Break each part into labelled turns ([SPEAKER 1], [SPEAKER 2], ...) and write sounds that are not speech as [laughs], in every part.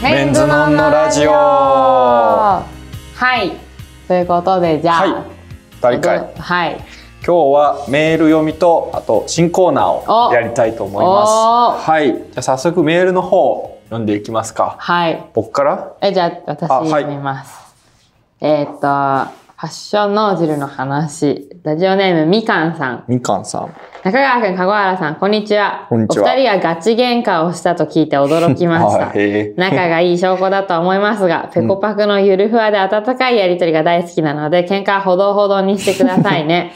[SPEAKER 1] のんのラジオ
[SPEAKER 2] はいということでじゃあ、
[SPEAKER 1] はい大会
[SPEAKER 2] どはい
[SPEAKER 1] 今日はメール読みとあと新コーナーを
[SPEAKER 2] お
[SPEAKER 1] やりたいと思います
[SPEAKER 2] お
[SPEAKER 1] はいじゃあ早速メールの方を読んでいきますか
[SPEAKER 2] はい
[SPEAKER 1] 僕から
[SPEAKER 2] えじゃあ私
[SPEAKER 1] あはい
[SPEAKER 2] 読みます、えーっとファッション脳汁の話ラジオネームみかんさん
[SPEAKER 1] みかんさん
[SPEAKER 2] 中川君籠原さんこんにちは
[SPEAKER 1] こんにちは
[SPEAKER 2] お二人がガチ喧嘩をしたと聞いて驚きました
[SPEAKER 1] [laughs] はいへー
[SPEAKER 2] 仲がいい証拠だと思いますが、ペコパクのゆるふわで温かいやりとりが大好きなので、喧嘩はほどほどにしてくださいね。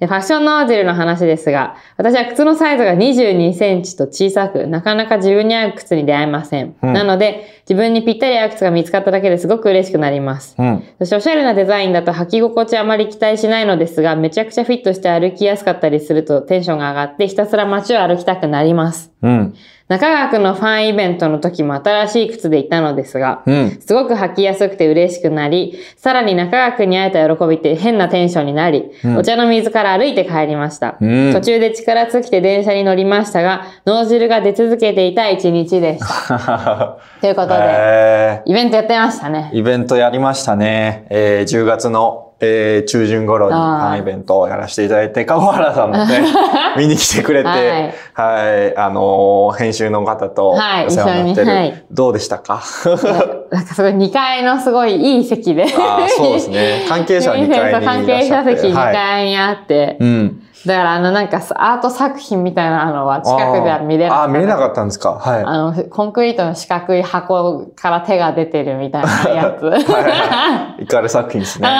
[SPEAKER 2] でファッションノージルの話ですが、私は靴のサイズが22センチと小さく、なかなか自分に合う靴に出会えません。
[SPEAKER 1] うん
[SPEAKER 2] なので、自分にぴったり合う靴が見つかっただけですごく嬉しくなります。
[SPEAKER 1] うん
[SPEAKER 2] そしておしゃれなデザインだと履き心地あまり期待しないのですが、めちゃくちゃフィットして歩きやすかったりするとテンションが上がってひたすら街を歩きたくなります。
[SPEAKER 1] うん
[SPEAKER 2] 中川くんのファンイベントの時も新しい靴で行ったのですが、
[SPEAKER 1] うん
[SPEAKER 2] すごく履きやすくて嬉しくなり、さらに中川くんに会えた喜びって変なテンションになり、
[SPEAKER 1] うん
[SPEAKER 2] お茶の水から歩いて帰りました。
[SPEAKER 1] うん
[SPEAKER 2] 途中で力尽きて電車に乗りましたが、脳汁が出続けていた一日でした。という
[SPEAKER 1] [laughs]
[SPEAKER 2] ことで、
[SPEAKER 1] え
[SPEAKER 2] イベントやってました
[SPEAKER 1] [laughs]
[SPEAKER 2] ね。
[SPEAKER 1] ーイベントやりましたね、えー、10月の、えー中旬頃にフ
[SPEAKER 2] あー
[SPEAKER 1] ァンイベントをやらせていただいて籠原さんも
[SPEAKER 2] [laughs]
[SPEAKER 1] ね見に来てくれて
[SPEAKER 2] はい
[SPEAKER 1] はい、あのー編集の方とお
[SPEAKER 2] はい
[SPEAKER 1] 世話になっ
[SPEAKER 2] 一
[SPEAKER 1] てる、
[SPEAKER 2] 緒にはい
[SPEAKER 1] どうでしたか
[SPEAKER 2] なんかすごい2階のすごいいい席で。
[SPEAKER 1] あーそうですね関係者は2階にいらっしゃって
[SPEAKER 2] [laughs] 関係者席2
[SPEAKER 1] はい
[SPEAKER 2] 階にあって、
[SPEAKER 1] うん
[SPEAKER 2] だからあのなんかアート作品みたいなのは近くでは見れなかった。
[SPEAKER 1] あーあー見れなかったんですかはい
[SPEAKER 2] あの、コンクリートの四角い箱から手が出てるみたいなや
[SPEAKER 1] [laughs]
[SPEAKER 2] つ。
[SPEAKER 1] はいイカル作品ですね。は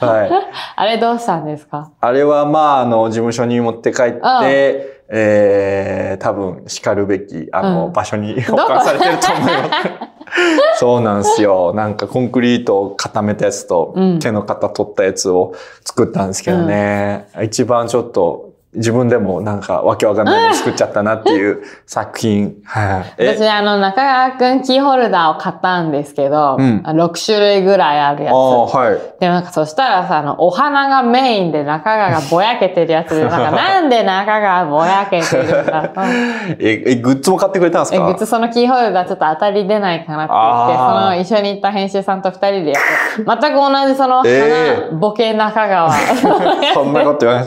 [SPEAKER 1] い。はい。
[SPEAKER 2] [laughs] あれどうしたんですか
[SPEAKER 1] あれは、まあ、あの、事務所に持って帰って、えー、多分、叱るべき、あの、
[SPEAKER 2] うん
[SPEAKER 1] 場所に保管されてると思い
[SPEAKER 2] [laughs]
[SPEAKER 1] ます。そうなんですよ。なんか、コンクリートを固めたやつと、
[SPEAKER 2] うん
[SPEAKER 1] 手の型取ったやつを作ったんですけどね。一番ちょっと、自分でもなんか、わけわかんないの作っちゃったなって
[SPEAKER 2] [laughs]
[SPEAKER 1] いう作品。はい。え
[SPEAKER 2] 私あの中川くんキーホルダーを買ったんですけど、
[SPEAKER 1] うん
[SPEAKER 2] 6種類ぐらいあるや
[SPEAKER 1] ああ、
[SPEAKER 2] つ。
[SPEAKER 1] はい。
[SPEAKER 2] でもなんかそしたらさ、あの、お花がメインで中川がぼやけてるやつで、なんかなんで中川ぼやけてるんだと。
[SPEAKER 1] え、え、グッズも買ってくれたんです
[SPEAKER 2] え、グ
[SPEAKER 1] か
[SPEAKER 2] ッズそのキーホルダーちょっと当たり出ないかな
[SPEAKER 1] あ
[SPEAKER 2] って言って、その一緒に行った編集さんと二人でやっ
[SPEAKER 1] [laughs]
[SPEAKER 2] て、全く同じその花、
[SPEAKER 1] え
[SPEAKER 2] ボケ中
[SPEAKER 1] [laughs]
[SPEAKER 2] 川。
[SPEAKER 1] そんなこと言わない。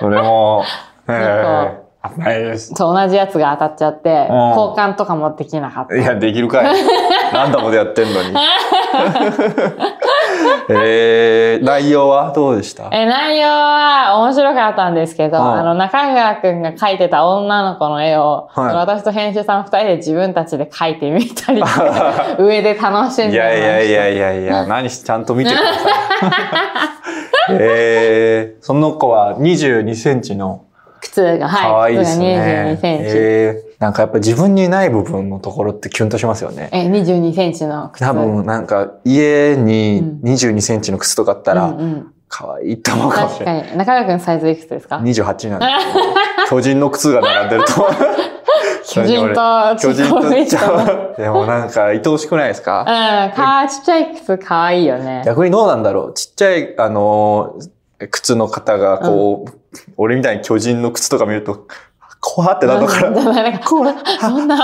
[SPEAKER 1] そ
[SPEAKER 2] [laughs]
[SPEAKER 1] れも、ええ危ないです。
[SPEAKER 2] そう、同じやつが当たっちゃって、交換とかもできなかっ
[SPEAKER 1] い
[SPEAKER 2] た。
[SPEAKER 1] や、できるかい。何度もやって
[SPEAKER 2] [laughs]
[SPEAKER 1] んのに。えー、内容はどうでした
[SPEAKER 2] え、内容は面白かったんですけど、
[SPEAKER 1] うん
[SPEAKER 2] あの、中川くんが描いてた女の子の絵を、
[SPEAKER 1] はい
[SPEAKER 2] 私と編集さん二人で自分たちで描いてみたり
[SPEAKER 1] [laughs]
[SPEAKER 2] して上で楽しんでました。
[SPEAKER 1] いやいやいやいやいや、何し、ちゃんと見てください。
[SPEAKER 2] [laughs]
[SPEAKER 1] えー、その子は22センチの、
[SPEAKER 2] 靴が、
[SPEAKER 1] 可
[SPEAKER 2] は
[SPEAKER 1] 愛
[SPEAKER 2] い、
[SPEAKER 1] いですね。
[SPEAKER 2] 靴が22センチ。え
[SPEAKER 1] えー、なんかやっぱ自分にない部分のところってキュンとしますよね。
[SPEAKER 2] 22センチの靴。
[SPEAKER 1] 多分なんか家に
[SPEAKER 2] うん
[SPEAKER 1] 22センチの靴とかあった
[SPEAKER 2] う
[SPEAKER 1] ら
[SPEAKER 2] んうん
[SPEAKER 1] 可愛いと思うかもし
[SPEAKER 2] 確
[SPEAKER 1] れない。
[SPEAKER 2] かに。中川くんサイズいくつですか
[SPEAKER 1] 28なん
[SPEAKER 2] [laughs]
[SPEAKER 1] ですけど巨人の靴が並んでると。
[SPEAKER 2] 巨人と
[SPEAKER 1] 巨人と
[SPEAKER 2] ちっちゃいうん、
[SPEAKER 1] [laughs] でもなんか愛おしくないですか
[SPEAKER 2] か、ちっちゃい靴可愛いよね。
[SPEAKER 1] 逆にどうなんだろうちっちゃい、あのー靴の方がこう、俺みたいに巨人の靴とか見ると、怖ってなるのか
[SPEAKER 2] うん [laughs]
[SPEAKER 1] ら、
[SPEAKER 2] なんかそんな、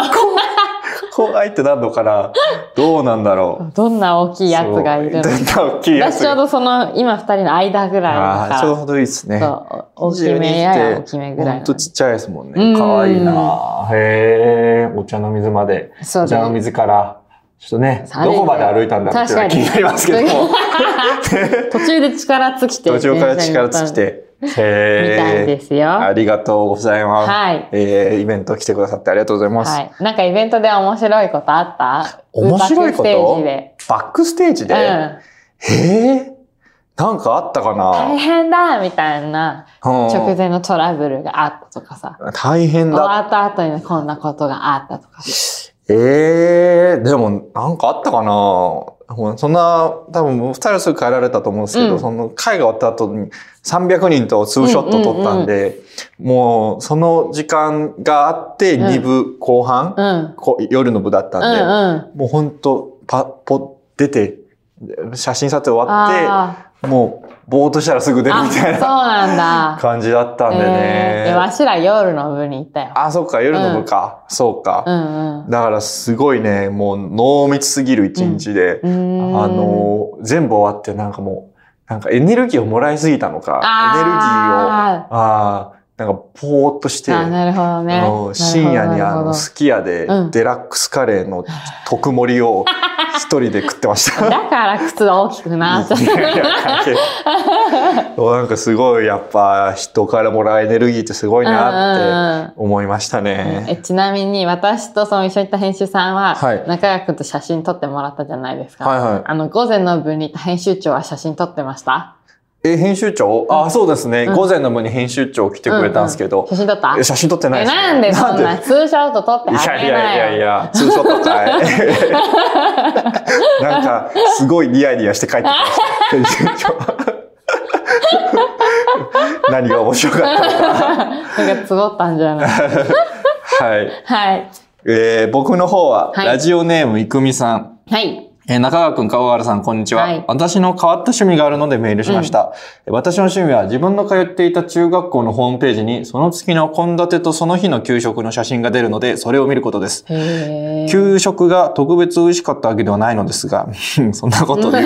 [SPEAKER 1] 怖いってなるのから、どうなんだろ
[SPEAKER 2] どんな大き
[SPEAKER 1] う
[SPEAKER 2] いやつがいるの
[SPEAKER 1] そうどんな大きいや
[SPEAKER 2] 私
[SPEAKER 1] つ
[SPEAKER 2] ちょう
[SPEAKER 1] が。
[SPEAKER 2] どその、今二人の間ぐらいだ
[SPEAKER 1] ああ、
[SPEAKER 2] か
[SPEAKER 1] ちょ
[SPEAKER 2] ら
[SPEAKER 1] うどいいですね。
[SPEAKER 2] そう、大きめ、やや大きめぐらい
[SPEAKER 1] ほん
[SPEAKER 2] の。
[SPEAKER 1] とちっちゃいですもん
[SPEAKER 2] う
[SPEAKER 1] ね。
[SPEAKER 2] ん
[SPEAKER 1] 可愛いなへえ、お茶の水まで。
[SPEAKER 2] そう
[SPEAKER 1] お茶
[SPEAKER 2] だ
[SPEAKER 1] の
[SPEAKER 2] ね。
[SPEAKER 1] 水から、ちょっとね、
[SPEAKER 2] さあ
[SPEAKER 1] どこまで歩いたんだろうっていうのが気になりますけど
[SPEAKER 2] [laughs]
[SPEAKER 1] も。
[SPEAKER 2] 途中で力尽きて。
[SPEAKER 1] 途中から力尽き。て。
[SPEAKER 2] みたい
[SPEAKER 1] へ
[SPEAKER 2] で
[SPEAKER 1] え。
[SPEAKER 2] すよ。
[SPEAKER 1] あ
[SPEAKER 2] は
[SPEAKER 1] りがとうございます。
[SPEAKER 2] はい
[SPEAKER 1] えーイベント来てくださってありがとうございます。
[SPEAKER 2] い。なんかイベントで面白いことあった
[SPEAKER 1] 面白い
[SPEAKER 2] バックス
[SPEAKER 1] こ
[SPEAKER 2] テー
[SPEAKER 1] と
[SPEAKER 2] ジで。
[SPEAKER 1] バックステージ
[SPEAKER 2] う
[SPEAKER 1] で、
[SPEAKER 2] ん。
[SPEAKER 1] へえ。なんかあったか
[SPEAKER 2] 大
[SPEAKER 1] な
[SPEAKER 2] 変だみたいな直
[SPEAKER 1] 直
[SPEAKER 2] 前のトラブルがあったとかさ。
[SPEAKER 1] 大変
[SPEAKER 2] 終わ
[SPEAKER 1] だ。
[SPEAKER 2] った後にこんなことがあったとか。
[SPEAKER 1] ええでも、なんかあったかなもうそんな、多分、二人はすぐ帰られたと思うんですけど、
[SPEAKER 2] うん
[SPEAKER 1] その会が終わった後に300人とツーショット撮ったんで、もう、その時間があって、
[SPEAKER 2] うん
[SPEAKER 1] 2部後半、
[SPEAKER 2] うん。
[SPEAKER 1] こ夜の部だった
[SPEAKER 2] うんん
[SPEAKER 1] で、
[SPEAKER 2] うん。
[SPEAKER 1] もうほんと、パ、ポ、出て、写真撮影終わって、
[SPEAKER 2] あ
[SPEAKER 1] もう、ぼーっとしたらすぐ出る
[SPEAKER 2] あ、
[SPEAKER 1] み
[SPEAKER 2] そう
[SPEAKER 1] たいな
[SPEAKER 2] なんだ。
[SPEAKER 1] 感じだったんで
[SPEAKER 2] えーえわ
[SPEAKER 1] ね。
[SPEAKER 2] しら夜の部に行ったよ。
[SPEAKER 1] あ、そっか、夜の部か。そう
[SPEAKER 2] う
[SPEAKER 1] か。
[SPEAKER 2] んうん。
[SPEAKER 1] だからすごいね、もう濃密すぎる一日で、
[SPEAKER 2] うーん
[SPEAKER 1] あの、全部終わってなんかもう、なんかエネルギーをもらいすぎたのか、エネルギーを、
[SPEAKER 2] あ
[SPEAKER 1] ああ、なんかぼーっとして、
[SPEAKER 2] ーあ、なるほどね。
[SPEAKER 1] あ
[SPEAKER 2] なるほ
[SPEAKER 1] の
[SPEAKER 2] ど
[SPEAKER 1] 深夜にあの、すき家で
[SPEAKER 2] うん
[SPEAKER 1] デラックスカレーの特盛りを一人で食ってました。
[SPEAKER 2] [laughs] だから靴が大きくなっちゃっ
[SPEAKER 1] [laughs] いやいや関
[SPEAKER 2] [laughs]
[SPEAKER 1] 係ないそうなんかすごいやっぱ人からもらうエネルギーってすごいなって
[SPEAKER 2] た。うんうんうん
[SPEAKER 1] 思いましたね。
[SPEAKER 2] えちなみに私とその一緒に行った編集さんは、
[SPEAKER 1] はい
[SPEAKER 2] 中川君と写真撮ってもらったじゃないですか。
[SPEAKER 1] はいはい
[SPEAKER 2] あの、午前の部にいた編集長は写真撮ってました
[SPEAKER 1] え、編集長あ、そうですね。午前の部に編集長来てくれたんですけど、
[SPEAKER 2] 写真撮った
[SPEAKER 1] え写真撮ってない
[SPEAKER 2] え、
[SPEAKER 1] ですね
[SPEAKER 2] なんでそん
[SPEAKER 1] な
[SPEAKER 2] なツーショット撮ってあ
[SPEAKER 1] い
[SPEAKER 2] げな
[SPEAKER 1] や
[SPEAKER 2] よ。
[SPEAKER 1] いやいやいや、ツーショットかい。 [laughs] なんか、すごいニヤニヤして帰ってきました編集長。 [laughs] 何が面白かったのか。
[SPEAKER 2] なんか、つぼったんじゃない
[SPEAKER 1] はい。
[SPEAKER 2] はい。
[SPEAKER 1] えー僕の方は、
[SPEAKER 2] はい
[SPEAKER 1] ラジオネームいくみさん。
[SPEAKER 2] はい。
[SPEAKER 1] えー中川くん、川原さん、こんにちは、
[SPEAKER 2] はい
[SPEAKER 1] 私の変わった趣味があるのでメールしました。えー私の趣味は自分の通っていた中学校のホームページに、その月の献立とその日の給食の写真が出るので、それを見ることです。
[SPEAKER 2] へー
[SPEAKER 1] 給食が特別美味しかったわけではないのですが、 [laughs] そん
[SPEAKER 2] [laughs]
[SPEAKER 1] なことで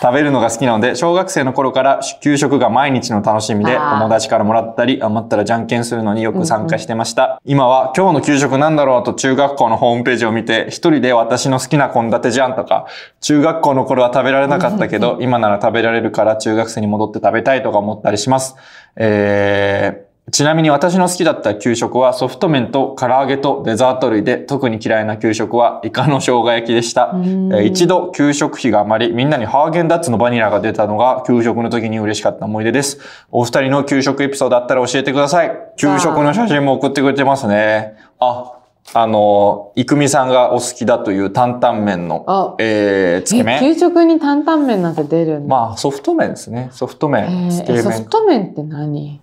[SPEAKER 1] 食べるのが好きなので、小学生の頃から給食が毎日の楽しみで、
[SPEAKER 2] あー
[SPEAKER 1] 友達からもらったり、余ったらじゃんけんするのによく参加してました。今は今日の給食なんだろうと中学校のホームページを見て、一人で私の好きな献立じゃんとか、中学校の頃は食べられなかったけど、今なら食べられるから中学生に戻って食べたいとか思ったりします。えーちなみに私の好きだった給食はソフト麺と唐揚げとデザート類で特に嫌いな給食はイカの生姜焼きでした。え
[SPEAKER 2] ん
[SPEAKER 1] ー一度給食費が余りみんなにハーゲンダッツのバニラが出たのが給食の時に嬉しかった思い出です。お二人の給食エピソードあったら教えてください。給食の写真も送ってくれてますね。あ、あの、いくみさんがお好きだという担々麺
[SPEAKER 2] あ
[SPEAKER 1] の、えー、つけ
[SPEAKER 2] え、
[SPEAKER 1] 麺。
[SPEAKER 2] 給食に担々麺なんて出るんだ。
[SPEAKER 1] まあ、ソフト麺ですね。ソフト
[SPEAKER 2] へ
[SPEAKER 1] 麺、
[SPEAKER 2] ー
[SPEAKER 1] つけ
[SPEAKER 2] え、ソフ
[SPEAKER 1] 麺。
[SPEAKER 2] ト麺って何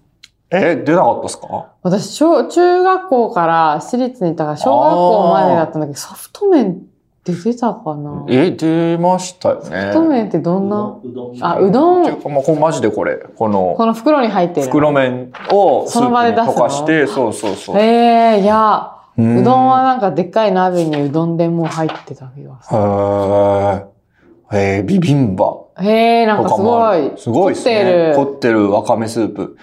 [SPEAKER 1] え、出なかったですか
[SPEAKER 2] 私、小、中学校から私立にいたから、小学校までだったんだけど、ソフト麺って出たかな
[SPEAKER 1] え、出ましたよね。
[SPEAKER 2] ソフト麺ってどんな
[SPEAKER 3] うどん
[SPEAKER 2] あ、うど。
[SPEAKER 1] っていうんかまあ、これマジでこれ。こ
[SPEAKER 2] こ
[SPEAKER 1] の、
[SPEAKER 2] の袋に入ってる。
[SPEAKER 1] 袋麺をスープ
[SPEAKER 2] その場で
[SPEAKER 1] に
[SPEAKER 2] 出すの
[SPEAKER 1] 溶かして、そうそうそう。
[SPEAKER 2] ええいや、
[SPEAKER 1] う
[SPEAKER 2] うどんはなんかでっかい鍋にうどんでもう入ってた気がす
[SPEAKER 1] は、へえ、えービビンバ
[SPEAKER 2] る。へえ、な
[SPEAKER 1] と
[SPEAKER 2] んか
[SPEAKER 1] か
[SPEAKER 2] す
[SPEAKER 1] も
[SPEAKER 2] ご
[SPEAKER 1] あ
[SPEAKER 2] い
[SPEAKER 1] る。。すごいですね。
[SPEAKER 2] 凝
[SPEAKER 1] 凝
[SPEAKER 2] ってる。
[SPEAKER 1] ってるわかめスープ。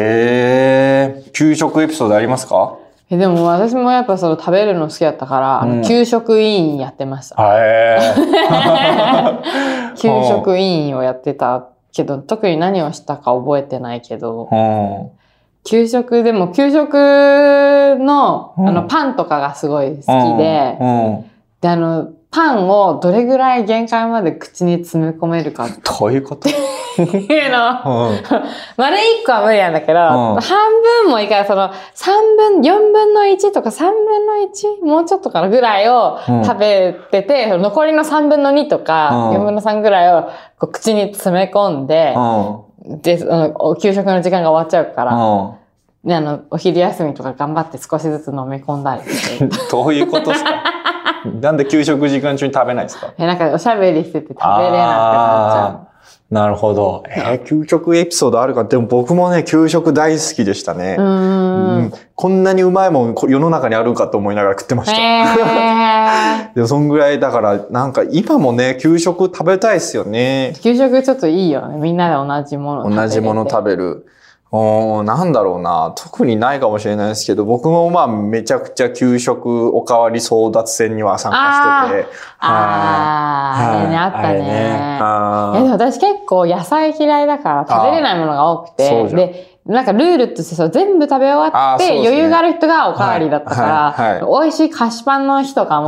[SPEAKER 1] へえ、給食エピソードありますか
[SPEAKER 2] え、でも私もやっぱその食べるの好きだったから、あ
[SPEAKER 1] うん
[SPEAKER 2] の給食委員やってました。
[SPEAKER 1] へえ。
[SPEAKER 2] 給食委員をやってたけど、特に何をしたか覚えてないけど、 [laughs]
[SPEAKER 1] うん。うん。
[SPEAKER 2] 給食、でも給食の、
[SPEAKER 1] うん
[SPEAKER 2] あの、パンとかがすごい
[SPEAKER 1] 好
[SPEAKER 2] 好きで、で、あの、パンをどれぐらい限界まで口に詰め込めるかっ
[SPEAKER 1] どういうこと
[SPEAKER 2] ていうのを、
[SPEAKER 1] うん。
[SPEAKER 2] 丸一個は無理なんだけど、
[SPEAKER 1] う
[SPEAKER 2] 半
[SPEAKER 1] ん
[SPEAKER 2] 分もいいから、その、三分、四分の一とか三分の一もうちょっとかなぐらいを
[SPEAKER 1] うん
[SPEAKER 2] 食べてて、その残りの三分の二とか
[SPEAKER 1] う、ん
[SPEAKER 2] 四分の三ぐらいをこう口に詰め込んで、で、そのお給食の時間が終わっちゃうから、
[SPEAKER 1] うん。
[SPEAKER 2] ね、あの、お昼休みとか頑張って少しずつ飲み込んだり
[SPEAKER 1] [laughs]
[SPEAKER 2] して。
[SPEAKER 1] どういうことですかなんで給食時間中に食べないんですか
[SPEAKER 2] えなんかおしゃべりしてて食べれなくなっ
[SPEAKER 1] あーなるほど。えー究極エピソードあるかでも僕もね、給食大好きでしたね
[SPEAKER 2] ちゃう。う。ーん。
[SPEAKER 1] こんなにうまいもんこ世の中にあるかと思いながら食ってました。
[SPEAKER 2] へ
[SPEAKER 1] [laughs] でもそんぐらいだから、なんか今もね、給食食べたいですよね。
[SPEAKER 2] ー。給食ちょっといいよね。みんなで同じもの食べれて
[SPEAKER 1] 同じもの食べる。おーなんだろうな。特にないかもしれないですけど、僕もまあめちゃくちゃ給食おかわり争奪戦には参加してて。
[SPEAKER 2] あーあ
[SPEAKER 1] はい
[SPEAKER 2] れね、あったね。
[SPEAKER 1] れねあ
[SPEAKER 2] いや
[SPEAKER 1] ー
[SPEAKER 2] でも私結構野菜嫌いだから食べれないものが多く
[SPEAKER 1] あー
[SPEAKER 2] て、
[SPEAKER 1] そうじゃん
[SPEAKER 2] で、なんかルールとしてそう全部食べ終わ
[SPEAKER 1] あ
[SPEAKER 2] っ
[SPEAKER 1] ーそう
[SPEAKER 2] て
[SPEAKER 1] ですね
[SPEAKER 2] 余裕がある人がおかわりだったか
[SPEAKER 1] はいはい
[SPEAKER 2] ら、美味しい菓子パンの日とか
[SPEAKER 1] あ
[SPEAKER 2] も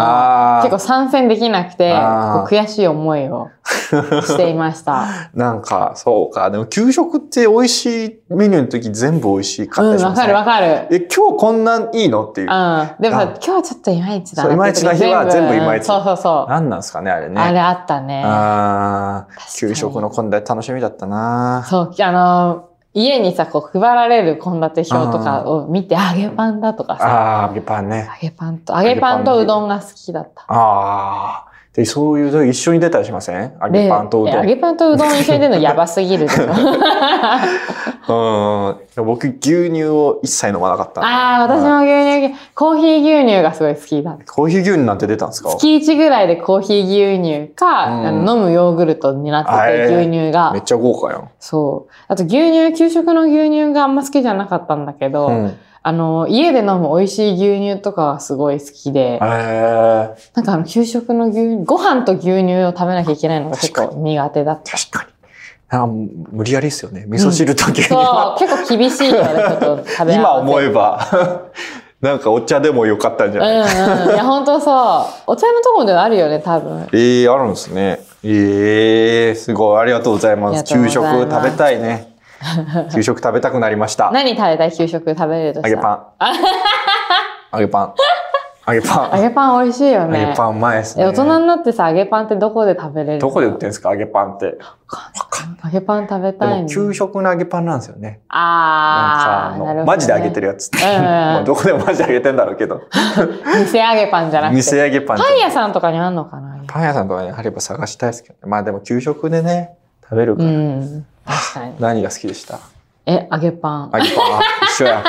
[SPEAKER 1] ー
[SPEAKER 2] 結構参戦できなくて、
[SPEAKER 1] あー
[SPEAKER 2] こう悔しい思いをしていま
[SPEAKER 1] [laughs]
[SPEAKER 2] した。
[SPEAKER 1] なんか、そうか。でも、給食って美味しいメニューの時全部美味しいかっ
[SPEAKER 2] う
[SPEAKER 1] たり
[SPEAKER 2] ん、
[SPEAKER 1] し
[SPEAKER 2] わ
[SPEAKER 1] ます
[SPEAKER 2] か
[SPEAKER 1] ね。
[SPEAKER 2] るわかる。
[SPEAKER 1] え、今日こんなんいいのっていうう。
[SPEAKER 2] ん。でも
[SPEAKER 1] あ
[SPEAKER 2] さ、今日はちょっといまいちだ
[SPEAKER 1] そう
[SPEAKER 2] な。
[SPEAKER 1] いまいちな日は全部いまいち
[SPEAKER 2] そうそうそう。
[SPEAKER 1] なんなんですかね、あれね。
[SPEAKER 2] あれあったね。
[SPEAKER 1] あー
[SPEAKER 2] 確かに
[SPEAKER 1] 給食の献立楽しみだったな
[SPEAKER 2] そう、あの、家にさ、こう配られる献立表とかを見て、揚げパンだとかさ、
[SPEAKER 1] あー、揚げパンね。
[SPEAKER 2] 揚げパンと、揚げパンとうどんが好きだった。
[SPEAKER 1] ああ、で、そういうと一緒に出たりしません揚げパンとう
[SPEAKER 2] ね
[SPEAKER 1] ど
[SPEAKER 2] 揚
[SPEAKER 1] ん。
[SPEAKER 2] げパンとうどん一緒に出るのやばすぎるでし
[SPEAKER 1] [laughs]
[SPEAKER 2] ょ。
[SPEAKER 1] うん。僕、牛乳を一切飲まなかった。
[SPEAKER 2] ああ、私も牛乳、コーヒー牛乳がすごい好きだ。
[SPEAKER 1] コーヒー牛乳なんて出たんですか
[SPEAKER 2] 月1ぐらいでコーヒー牛乳か、
[SPEAKER 1] うん
[SPEAKER 2] あの飲むヨーグルトになってて
[SPEAKER 1] あえー
[SPEAKER 2] 牛乳
[SPEAKER 1] めっ
[SPEAKER 2] が。
[SPEAKER 1] ちゃ豪華やん。
[SPEAKER 2] そう。あと牛乳、給食の牛乳があんま好きじゃなかったんだけど、
[SPEAKER 1] うん。へ
[SPEAKER 2] あの、家で飲む美味しい牛乳とかはすごい好きで、
[SPEAKER 1] え
[SPEAKER 2] なんかあの、給食の牛乳、ご飯と牛乳を食べなきゃいけないのが結構苦手だった。
[SPEAKER 1] 確かに。あ無理やりですよね。味噌汁と [laughs] 牛乳
[SPEAKER 2] そ
[SPEAKER 1] は。
[SPEAKER 2] う、結構厳しいよね、ちょっと食べ合わせ
[SPEAKER 1] 今思えば、 [laughs] なんかお茶でもよかったんじゃ
[SPEAKER 2] う
[SPEAKER 1] ない、
[SPEAKER 2] んうん。いや、本当そう。お茶のところではあるよね、多分。
[SPEAKER 1] ええあるんですね。ええすごい。ありがとうございま
[SPEAKER 2] あり
[SPEAKER 1] す。
[SPEAKER 2] がとうご
[SPEAKER 1] 給
[SPEAKER 2] ざい
[SPEAKER 1] 食
[SPEAKER 2] ます
[SPEAKER 1] 食べたい
[SPEAKER 2] [laughs]
[SPEAKER 1] ね。給食食べたくなりました。
[SPEAKER 2] 何食べたい給食食べれるとした
[SPEAKER 1] 揚げパ
[SPEAKER 2] [laughs]
[SPEAKER 1] ン。揚げパン。揚げパン。
[SPEAKER 2] 揚げパン美味しいよね。
[SPEAKER 1] 揚げパンうまいです
[SPEAKER 2] え
[SPEAKER 1] ね。
[SPEAKER 2] 大人になってさ、揚げパンってどこで食べれる
[SPEAKER 1] どこで売ってるんですか揚げパンって。
[SPEAKER 2] 揚げパン食べ
[SPEAKER 1] で
[SPEAKER 2] たい
[SPEAKER 1] も
[SPEAKER 2] の。
[SPEAKER 1] 給食の揚げパンなんですよね。
[SPEAKER 2] あー、な
[SPEAKER 1] なんか
[SPEAKER 2] る
[SPEAKER 1] あの
[SPEAKER 2] ほど、ね。
[SPEAKER 1] マジで揚げてるやつ。
[SPEAKER 2] うんうん
[SPEAKER 1] まあどこで [laughs] もマジで揚げてんだろうけど。
[SPEAKER 2] 店揚げパンじゃなくて。
[SPEAKER 1] 店揚げパンじゃ
[SPEAKER 2] パ
[SPEAKER 1] ない
[SPEAKER 2] ン屋さんとかにあんのかな
[SPEAKER 1] パン屋さんとかにあれば探したいですけどね。まあでも給食でね、食べるか
[SPEAKER 2] う
[SPEAKER 1] ら。
[SPEAKER 2] ん。確かに。
[SPEAKER 1] 何が好きでした
[SPEAKER 2] え、揚げパン。
[SPEAKER 1] 揚げパン。一緒や。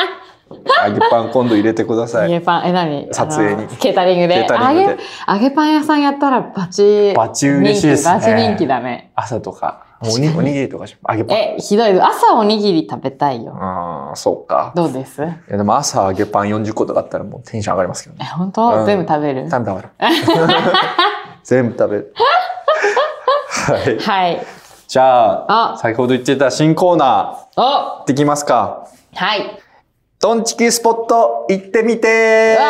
[SPEAKER 1] 揚げパン今度入れてくださ
[SPEAKER 2] 揚
[SPEAKER 1] い。
[SPEAKER 2] げパン、え、何
[SPEAKER 1] 撮影に
[SPEAKER 2] あのケータリングで。
[SPEAKER 1] ケータリン
[SPEAKER 2] 揚
[SPEAKER 1] グで
[SPEAKER 2] げ、揚げパン屋さんやったらバチ。
[SPEAKER 1] バチ嬉しいですね
[SPEAKER 2] 人気バチ人気だね。
[SPEAKER 1] 朝とか、おにおにぎりとかし揚げパン。
[SPEAKER 2] え、ひどい。朝おにぎり食べたいよ。
[SPEAKER 1] ああ、そうか。
[SPEAKER 2] どうですえ、
[SPEAKER 1] いやでも朝揚げパン40個とかあったらもうテンション上がりますけど
[SPEAKER 2] [laughs]
[SPEAKER 1] ね。
[SPEAKER 2] 本当、
[SPEAKER 1] うん
[SPEAKER 2] 全部食べる
[SPEAKER 1] 全部食べ
[SPEAKER 2] [laughs]
[SPEAKER 1] る。全部食べる。はい。
[SPEAKER 2] はい。
[SPEAKER 1] じゃあ、
[SPEAKER 2] あ
[SPEAKER 1] 先ほど言ってた新コーナ
[SPEAKER 2] お
[SPEAKER 1] ー、行ってきますか。
[SPEAKER 2] はい。
[SPEAKER 1] ドンチキスポット行ってみて
[SPEAKER 2] わ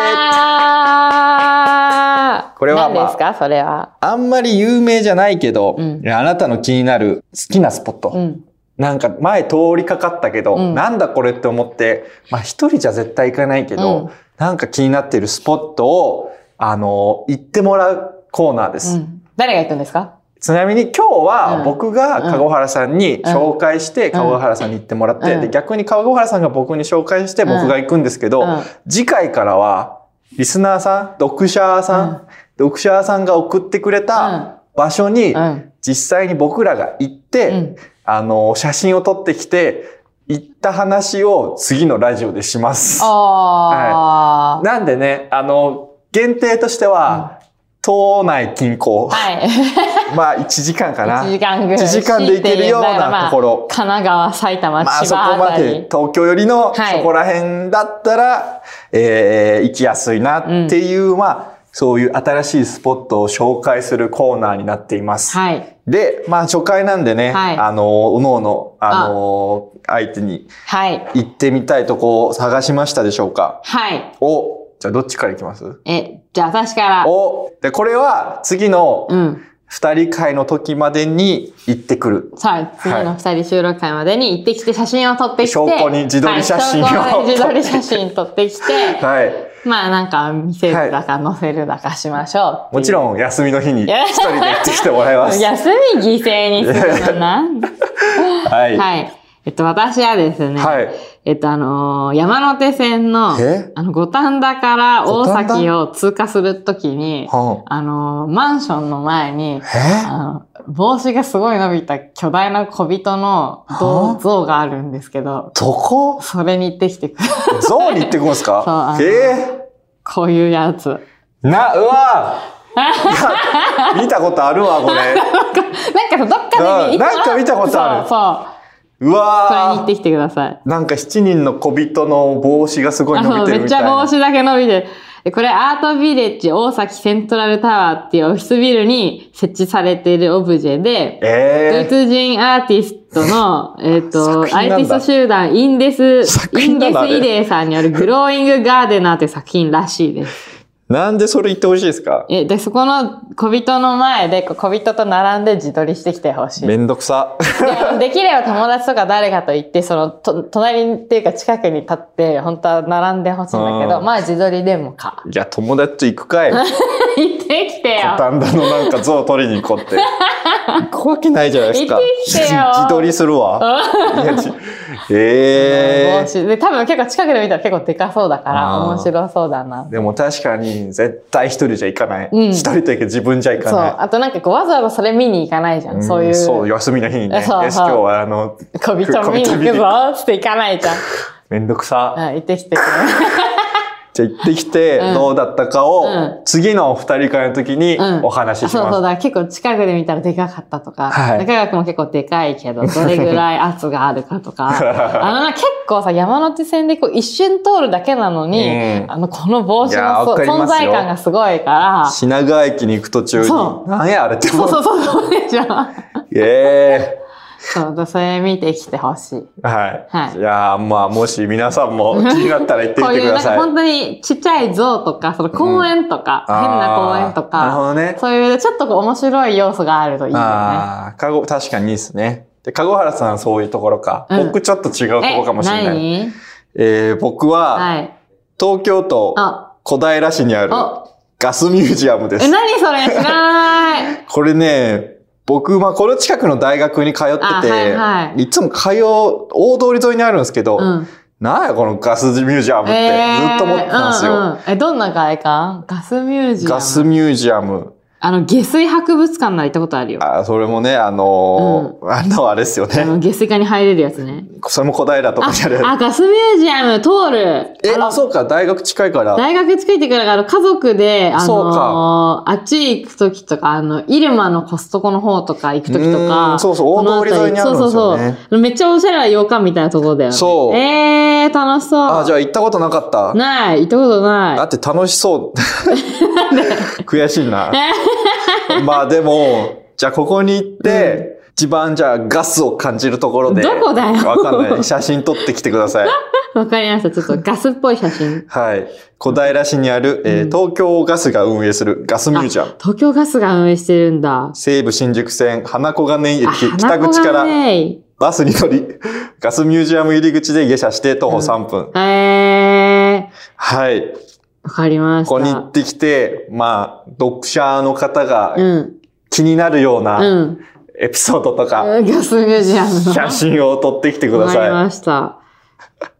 [SPEAKER 2] ー
[SPEAKER 1] これはまあ
[SPEAKER 2] 何ですかそれは。
[SPEAKER 1] あんまり有名じゃないけど、
[SPEAKER 2] うん
[SPEAKER 1] いやあなたの気になる好きなスポット。
[SPEAKER 2] うん。
[SPEAKER 1] なんか前通りかかったけど、
[SPEAKER 2] うん
[SPEAKER 1] なんだこれって思って、まあ一人じゃ絶対行かないけど、
[SPEAKER 2] うん
[SPEAKER 1] なんか気になってるスポットを、あの、行ってもらうコーナーで
[SPEAKER 2] う
[SPEAKER 1] す。
[SPEAKER 2] ん。誰が行くんですか
[SPEAKER 1] ちなみに今日
[SPEAKER 2] う
[SPEAKER 1] は
[SPEAKER 2] ん
[SPEAKER 1] 僕が籠原さんに紹介して、籠原さんに行ってもらって、
[SPEAKER 2] うん
[SPEAKER 1] で逆に籠原さんが僕に紹介して
[SPEAKER 2] うん
[SPEAKER 1] 僕が行くんですけど、
[SPEAKER 2] うん
[SPEAKER 1] 次回からはリスナーさん、読者さん、
[SPEAKER 2] うん
[SPEAKER 1] 読者さんが送ってくれた場所に
[SPEAKER 2] うん。
[SPEAKER 1] 実際に僕らが行って、
[SPEAKER 2] うん
[SPEAKER 1] あの、写真を撮ってきて、行った話を次のラジオでします。
[SPEAKER 2] あー。
[SPEAKER 1] なんでね、あの、限定としては、島内近郊、
[SPEAKER 2] はい。
[SPEAKER 1] [laughs] まあ1時間かな。
[SPEAKER 2] 1時間ぐらい。
[SPEAKER 1] 1時間で行けるようなところ
[SPEAKER 2] まあ神奈川、埼玉、
[SPEAKER 1] まあ
[SPEAKER 2] 千
[SPEAKER 1] そこ
[SPEAKER 2] 葉あ
[SPEAKER 1] ま
[SPEAKER 2] た
[SPEAKER 1] で
[SPEAKER 2] り。
[SPEAKER 1] 東京よりのそ
[SPEAKER 2] はい
[SPEAKER 1] こら辺だったら、えー行きやすいなっていう、まあそういう新しいスポットを紹介するコーナーになっています。
[SPEAKER 2] はい。
[SPEAKER 1] で、まあ初回なんでね、
[SPEAKER 2] はい
[SPEAKER 1] あの、おのおの、あの相手に
[SPEAKER 2] はい。
[SPEAKER 1] 行ってみたいとこを探しましたでしょうか
[SPEAKER 2] はい。
[SPEAKER 1] お、じゃあどっちから行きます
[SPEAKER 2] え、じゃあ私から。
[SPEAKER 1] お、で、これは次の
[SPEAKER 2] うん。
[SPEAKER 1] 二人会の時までに行ってくる。
[SPEAKER 2] さあ、次の二人収録会までに行ってきて、写真を撮ってきて。
[SPEAKER 1] 証拠に自撮り写真を
[SPEAKER 2] はい証拠に自撮り写真撮ってきて、
[SPEAKER 1] はい。
[SPEAKER 2] まあなんか見せるだか載せるだかしましょう。
[SPEAKER 1] もち
[SPEAKER 2] ん。
[SPEAKER 1] ろん休みの日に
[SPEAKER 2] いや
[SPEAKER 1] 一人で行ってきてもら
[SPEAKER 2] [laughs]
[SPEAKER 1] います。
[SPEAKER 2] 休み犠牲にするの
[SPEAKER 1] [laughs]
[SPEAKER 2] なん
[SPEAKER 1] はい。
[SPEAKER 2] はい。えっと、私はですね、
[SPEAKER 1] はい
[SPEAKER 2] えっと、あのー山手線の、
[SPEAKER 1] え
[SPEAKER 2] あの、五反田から大
[SPEAKER 1] 五反
[SPEAKER 2] 崎
[SPEAKER 1] 田
[SPEAKER 2] を通過するときに、
[SPEAKER 1] は
[SPEAKER 2] あのーマンションの前に、
[SPEAKER 1] え
[SPEAKER 2] あの、 [laughs] 帽子がすごい伸びた巨大な小人の
[SPEAKER 1] は
[SPEAKER 2] 銅
[SPEAKER 1] あ
[SPEAKER 2] 像があるんですけど、
[SPEAKER 1] どこ
[SPEAKER 2] それに行ってきてく
[SPEAKER 1] ゾーンに行ってくんで
[SPEAKER 2] [laughs]
[SPEAKER 1] す
[SPEAKER 2] そうあ
[SPEAKER 1] か
[SPEAKER 2] の
[SPEAKER 1] え
[SPEAKER 2] [laughs] こういうやつ。
[SPEAKER 1] ーな、う
[SPEAKER 2] [laughs]
[SPEAKER 1] わいや見たことあるわ、これ。
[SPEAKER 2] なんかさ、どっかで
[SPEAKER 1] うん
[SPEAKER 2] 見
[SPEAKER 1] なんか見たことあ
[SPEAKER 2] そ
[SPEAKER 1] る
[SPEAKER 2] うそう。
[SPEAKER 1] う
[SPEAKER 2] それに行っ
[SPEAKER 1] わ
[SPEAKER 2] てきてください。
[SPEAKER 1] なんか七人の小人の帽子がすごい
[SPEAKER 2] あ
[SPEAKER 1] 伸
[SPEAKER 2] の、
[SPEAKER 1] びて
[SPEAKER 2] め
[SPEAKER 1] る
[SPEAKER 2] っ
[SPEAKER 1] み
[SPEAKER 2] ち
[SPEAKER 1] たい
[SPEAKER 2] ゃ帽
[SPEAKER 1] な。
[SPEAKER 2] 子だけ伸びてる。でこれ、アートビレッジ大崎セントラルタワーっていうオフィスビルに設置されているオブジェで、ドイ
[SPEAKER 1] え
[SPEAKER 2] ツ人アーティストの、えっ、と、
[SPEAKER 1] [laughs] 作品
[SPEAKER 2] ア
[SPEAKER 1] なんだ
[SPEAKER 2] ーティスト集団インデス、
[SPEAKER 1] 作
[SPEAKER 2] インデ
[SPEAKER 1] 品なん
[SPEAKER 2] ス
[SPEAKER 1] だ
[SPEAKER 2] イデーさんによるグローイングガーデナーという作品らしいです。
[SPEAKER 1] ー、なんでそれ行ってほしいですか
[SPEAKER 2] え、で、そこの小人の前で、こう小人と並んで自撮りしてきてほしい。
[SPEAKER 1] めんどくさ。
[SPEAKER 2] でできれば友達とか誰かと行って、その、と、隣っていうか近くに立って、本当は並んでほしいんだけど、
[SPEAKER 1] うん
[SPEAKER 2] まあ自撮りでもか。 [laughs]
[SPEAKER 1] じゃあ友達と行くかい。五
[SPEAKER 2] 行ってきてよ。
[SPEAKER 1] 反田のなんか像取りに行こうって。行くわけないじゃないですか。
[SPEAKER 2] 行ってきてよ
[SPEAKER 1] 自撮りするわ。いやじえ
[SPEAKER 2] 帽子で、多分結構近くで見たら結構でかそうだから、
[SPEAKER 1] あー
[SPEAKER 2] 面白そうだな
[SPEAKER 1] ー。。でも確かに絶対一人じゃ行かない。
[SPEAKER 2] うん
[SPEAKER 1] 一人というか自分じゃ行
[SPEAKER 2] そう。
[SPEAKER 1] かない。
[SPEAKER 2] あとなんかこうわざわざそれ見に行かないじゃん。
[SPEAKER 1] ん
[SPEAKER 2] そういう。
[SPEAKER 1] そう、休みの日にね。よし、
[SPEAKER 2] そう
[SPEAKER 1] 今日はあの、
[SPEAKER 2] 小人見に行くぞーっつって行かない [laughs] じゃん。
[SPEAKER 1] めんどくさ。
[SPEAKER 2] うん、行ってきてくれ。
[SPEAKER 1] じゃあ行ってきて、
[SPEAKER 2] うん
[SPEAKER 1] どうだったかを、
[SPEAKER 2] うん
[SPEAKER 1] 次のお二人会の時に
[SPEAKER 2] うん
[SPEAKER 1] お話しし
[SPEAKER 2] そう
[SPEAKER 1] ます。
[SPEAKER 2] そうだ、結構近くで見たらでかかったとか、
[SPEAKER 1] はい
[SPEAKER 2] 中学も結構でかいけ
[SPEAKER 1] [laughs]
[SPEAKER 2] ど、どれぐらい圧があるかとか、あのな、結構さ、山手線でこう一瞬通るだけなのに、
[SPEAKER 1] うん
[SPEAKER 2] あの、この帽子
[SPEAKER 1] いやー
[SPEAKER 2] のそ
[SPEAKER 1] わかりますよ
[SPEAKER 2] 存在感がすごいから、
[SPEAKER 1] 品川駅に行く途中に、
[SPEAKER 2] そ
[SPEAKER 1] なんやあれって
[SPEAKER 2] そう
[SPEAKER 1] う。
[SPEAKER 2] そうそう、そうでしょ。
[SPEAKER 1] え
[SPEAKER 2] そうだ、それ見てきてほしい。
[SPEAKER 1] えはい。 [laughs]
[SPEAKER 2] はい
[SPEAKER 1] やーまあ、もし皆さんも気になったら行って
[SPEAKER 2] こ
[SPEAKER 1] み
[SPEAKER 2] う
[SPEAKER 1] て
[SPEAKER 2] いう、
[SPEAKER 1] くだ
[SPEAKER 2] なん
[SPEAKER 1] さ
[SPEAKER 2] か
[SPEAKER 1] い。
[SPEAKER 2] 本当にちっちゃい像とか、その公園とか、
[SPEAKER 1] うん
[SPEAKER 2] 変な公園と
[SPEAKER 1] あーなるほ
[SPEAKER 2] か、
[SPEAKER 1] どね
[SPEAKER 2] そういうちょっとこう面白い要素があるといいよね。
[SPEAKER 1] ああ、かご、確かにいいですね。で、籠原さんはそういうところか。
[SPEAKER 2] うん
[SPEAKER 1] 僕ちょっと違うところかもしれない。
[SPEAKER 2] え、
[SPEAKER 1] えー僕
[SPEAKER 2] 何
[SPEAKER 1] は、
[SPEAKER 2] はい。
[SPEAKER 1] 東京都
[SPEAKER 2] あ
[SPEAKER 1] 小平市にある
[SPEAKER 2] お
[SPEAKER 1] ガスミュージアムで
[SPEAKER 2] え、
[SPEAKER 1] す。
[SPEAKER 2] 何それ知らない
[SPEAKER 1] これね、僕、まあ、この近くの大学に通ってて、
[SPEAKER 2] あはい
[SPEAKER 1] い
[SPEAKER 2] は
[SPEAKER 1] つも通う、大通り沿いにあるんですけど、
[SPEAKER 2] うん。
[SPEAKER 1] なんやこのガスミュージアムって、ずっと思ってたんですよ。
[SPEAKER 2] えーううえ、どんな外観ガスミュージアム。
[SPEAKER 1] ガスミュージアム。
[SPEAKER 2] あの、下水博物館なら行ったことあるよ。あ
[SPEAKER 1] あそれもね、あのーあの、あれですよね。
[SPEAKER 2] の、下水管に入れるやつね。
[SPEAKER 1] それも小平と
[SPEAKER 2] あ
[SPEAKER 1] かにある。、
[SPEAKER 2] あガスミュージアム通る。
[SPEAKER 1] え、
[SPEAKER 2] あの
[SPEAKER 1] あ、そうか、大学近いから。
[SPEAKER 2] 大学作ってくるから、あの家族で、あ
[SPEAKER 1] そう
[SPEAKER 2] のーあっち行くときとか、あの、イルマのコストコの方とか行くときと
[SPEAKER 1] う
[SPEAKER 2] か
[SPEAKER 1] ん、そうそう
[SPEAKER 2] この辺り
[SPEAKER 1] 大通りにあるんですよね
[SPEAKER 2] そうそうそう。めっちゃおしゃれな洋館みたいなところだよね。
[SPEAKER 1] そう
[SPEAKER 2] えー、楽しそう。
[SPEAKER 1] あ、じゃあ行ったことなかった。
[SPEAKER 2] ない、行ったことない
[SPEAKER 1] だ。って楽しそう。
[SPEAKER 2] [laughs]
[SPEAKER 1] 悔しいな。まあでも、じゃあここに行って、一番じゃあガスを感じるところで。
[SPEAKER 2] どこだよ
[SPEAKER 1] わかんない。写真撮ってきてくだ
[SPEAKER 2] [laughs]
[SPEAKER 1] さい。
[SPEAKER 2] わかりました。ちょっとガスっぽい写真。
[SPEAKER 1] はい。小平市にある、えー
[SPEAKER 2] うん
[SPEAKER 1] 東京ガスが運営するガスミュージアム。
[SPEAKER 2] 東京ガスが運営してるんだ。
[SPEAKER 1] 西武新宿線花小金井駅
[SPEAKER 2] あ
[SPEAKER 1] 北口か。
[SPEAKER 2] 花子が
[SPEAKER 1] ら
[SPEAKER 2] ね
[SPEAKER 1] バスに乗り、 [laughs] ガスミュージアム入り口で下車して徒歩3分。
[SPEAKER 2] えー、
[SPEAKER 1] はい。
[SPEAKER 2] わかりまし。
[SPEAKER 1] ここに行ったてきて、まあ、読者の方が
[SPEAKER 2] うん。
[SPEAKER 1] 気になるよう
[SPEAKER 2] う。
[SPEAKER 1] なんエピソードとか、
[SPEAKER 2] ガスミュージアムの。
[SPEAKER 1] 写真を撮ってきてくだ
[SPEAKER 2] わか
[SPEAKER 1] さ
[SPEAKER 2] り
[SPEAKER 1] い。
[SPEAKER 2] ました。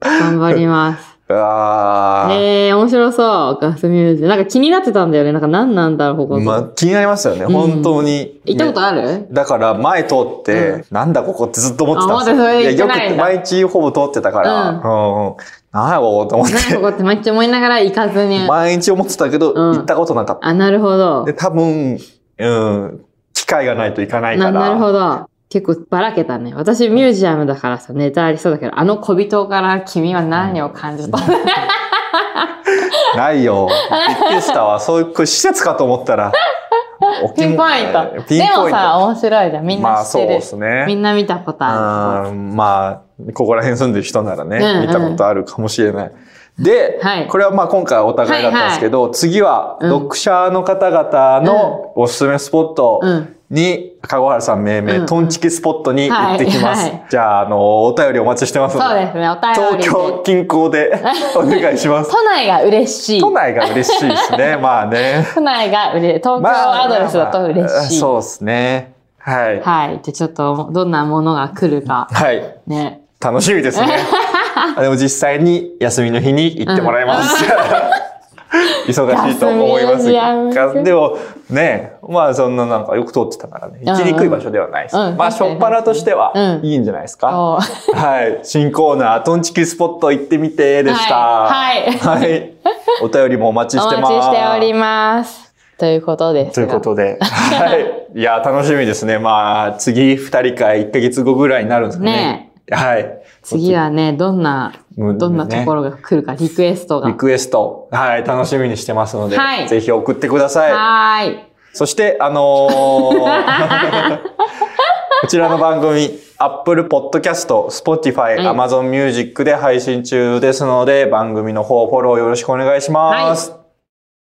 [SPEAKER 2] 頑張ります。
[SPEAKER 1] あー
[SPEAKER 2] えー、面白そう。ガスミュージアム。なんか気になってたんだよね。なんか何なんだろう、ここ。
[SPEAKER 1] まあ、気になりますよね、
[SPEAKER 2] うん
[SPEAKER 1] 本当に。
[SPEAKER 2] 行ったこと
[SPEAKER 1] ね
[SPEAKER 2] ある、
[SPEAKER 1] だから前通って、
[SPEAKER 2] うん
[SPEAKER 1] なんだここってずっと思ってたんです
[SPEAKER 2] あまだそれ
[SPEAKER 1] い
[SPEAKER 2] 行
[SPEAKER 1] やよ
[SPEAKER 2] ってないん
[SPEAKER 1] く
[SPEAKER 2] だ
[SPEAKER 1] 毎日ほぼ通ってたから、
[SPEAKER 2] うん
[SPEAKER 1] うんうんなんやここと思っ
[SPEAKER 2] 何こ
[SPEAKER 1] て、
[SPEAKER 2] こって毎日思いながら行かずに。
[SPEAKER 1] [laughs] 毎日思ってたけど、
[SPEAKER 2] うん
[SPEAKER 1] 行ったことなかっ
[SPEAKER 2] あ、なるほど
[SPEAKER 1] た。で、。多分、うん、機会がないといかないか
[SPEAKER 2] な
[SPEAKER 1] ら。
[SPEAKER 2] なるほど。結構ばらけたね。私ミュージアムだからさ、ネタありそうだけど、あの小人から君は何を感じた、
[SPEAKER 1] ないよ。びっくりしたわ。そういう、これ施設かと思ったら。
[SPEAKER 2] [laughs]
[SPEAKER 1] お
[SPEAKER 2] [laughs] ピ
[SPEAKER 1] 気
[SPEAKER 2] ン
[SPEAKER 1] も
[SPEAKER 2] ポイント。
[SPEAKER 1] ピンポイン
[SPEAKER 2] で
[SPEAKER 1] ト。
[SPEAKER 2] もさ、面白いじゃん。みん
[SPEAKER 1] ま
[SPEAKER 2] な
[SPEAKER 1] あ
[SPEAKER 2] 知っ
[SPEAKER 1] そう
[SPEAKER 2] てる。
[SPEAKER 1] ですね。
[SPEAKER 2] みんな見たことある。
[SPEAKER 1] うんまあ、ここら辺住んでる人ならね、
[SPEAKER 2] うんうん
[SPEAKER 1] 見たことあるかもしれない。で、
[SPEAKER 2] はい
[SPEAKER 1] これはまあ今回お互いだったんですけど、次は
[SPEAKER 2] うん
[SPEAKER 1] 読者の方々のおすすめスポット
[SPEAKER 2] うん
[SPEAKER 1] に、籠原さん命
[SPEAKER 2] うんう
[SPEAKER 1] 名、
[SPEAKER 2] ん
[SPEAKER 1] トンチキスポットに行ってきます。
[SPEAKER 2] はいはい
[SPEAKER 1] じゃあ、あの、お便りお待ちしてますの
[SPEAKER 2] そう
[SPEAKER 1] で、
[SPEAKER 2] ですね。お便りで。
[SPEAKER 1] 東京近郊
[SPEAKER 2] [laughs]
[SPEAKER 1] でお願いします。
[SPEAKER 2] 都内が嬉しい。
[SPEAKER 1] 都内が嬉しいです
[SPEAKER 2] [laughs]
[SPEAKER 1] ね、まあね。
[SPEAKER 2] 都内が嬉しい。東京アドレスだと嬉
[SPEAKER 1] まあまあ
[SPEAKER 2] しい。
[SPEAKER 1] そうですね。はい。はい。
[SPEAKER 2] はい。じゃあちょっと、どんなものが来るか。ね。
[SPEAKER 1] 楽しみです
[SPEAKER 2] [laughs]
[SPEAKER 1] ね。あでも実際に休みの日に行ってもらいます。 [laughs] 忙しいと思いま
[SPEAKER 2] ガスミュ
[SPEAKER 1] す
[SPEAKER 2] ージアム
[SPEAKER 1] が。でもね、まあそんななんかよく通ってたからね、行きにくい場所ではないです。
[SPEAKER 2] うん
[SPEAKER 1] まあ
[SPEAKER 2] 確か
[SPEAKER 1] 初
[SPEAKER 2] に
[SPEAKER 1] っ端としては
[SPEAKER 2] うん
[SPEAKER 1] いいんじゃないですか。
[SPEAKER 2] お
[SPEAKER 1] はい。新コーナー、トンチキスポット行ってみてでした。
[SPEAKER 2] はいはい
[SPEAKER 1] はいお便りもお待ち
[SPEAKER 2] お
[SPEAKER 1] してます。
[SPEAKER 2] 待ちしております。ということです
[SPEAKER 1] と
[SPEAKER 2] が。
[SPEAKER 1] いうことで。はい。いや、楽しみですね。まあ、次、二人会、一ヶ月後ぐらいになるんですかね。はい。
[SPEAKER 2] 次はね、どんな、
[SPEAKER 1] うん
[SPEAKER 2] どんなところが来るか、リクエストが。
[SPEAKER 1] リクエスト、はい、楽しみにしてますので、
[SPEAKER 2] はい
[SPEAKER 1] ぜひ送ってください。
[SPEAKER 2] はーい。
[SPEAKER 1] そして、あのーこちらの番組、Apple Podcast、Spotify、
[SPEAKER 2] はい
[SPEAKER 1] Amazon Music で配信中ですので、番組の方フォローよろしくお願いします。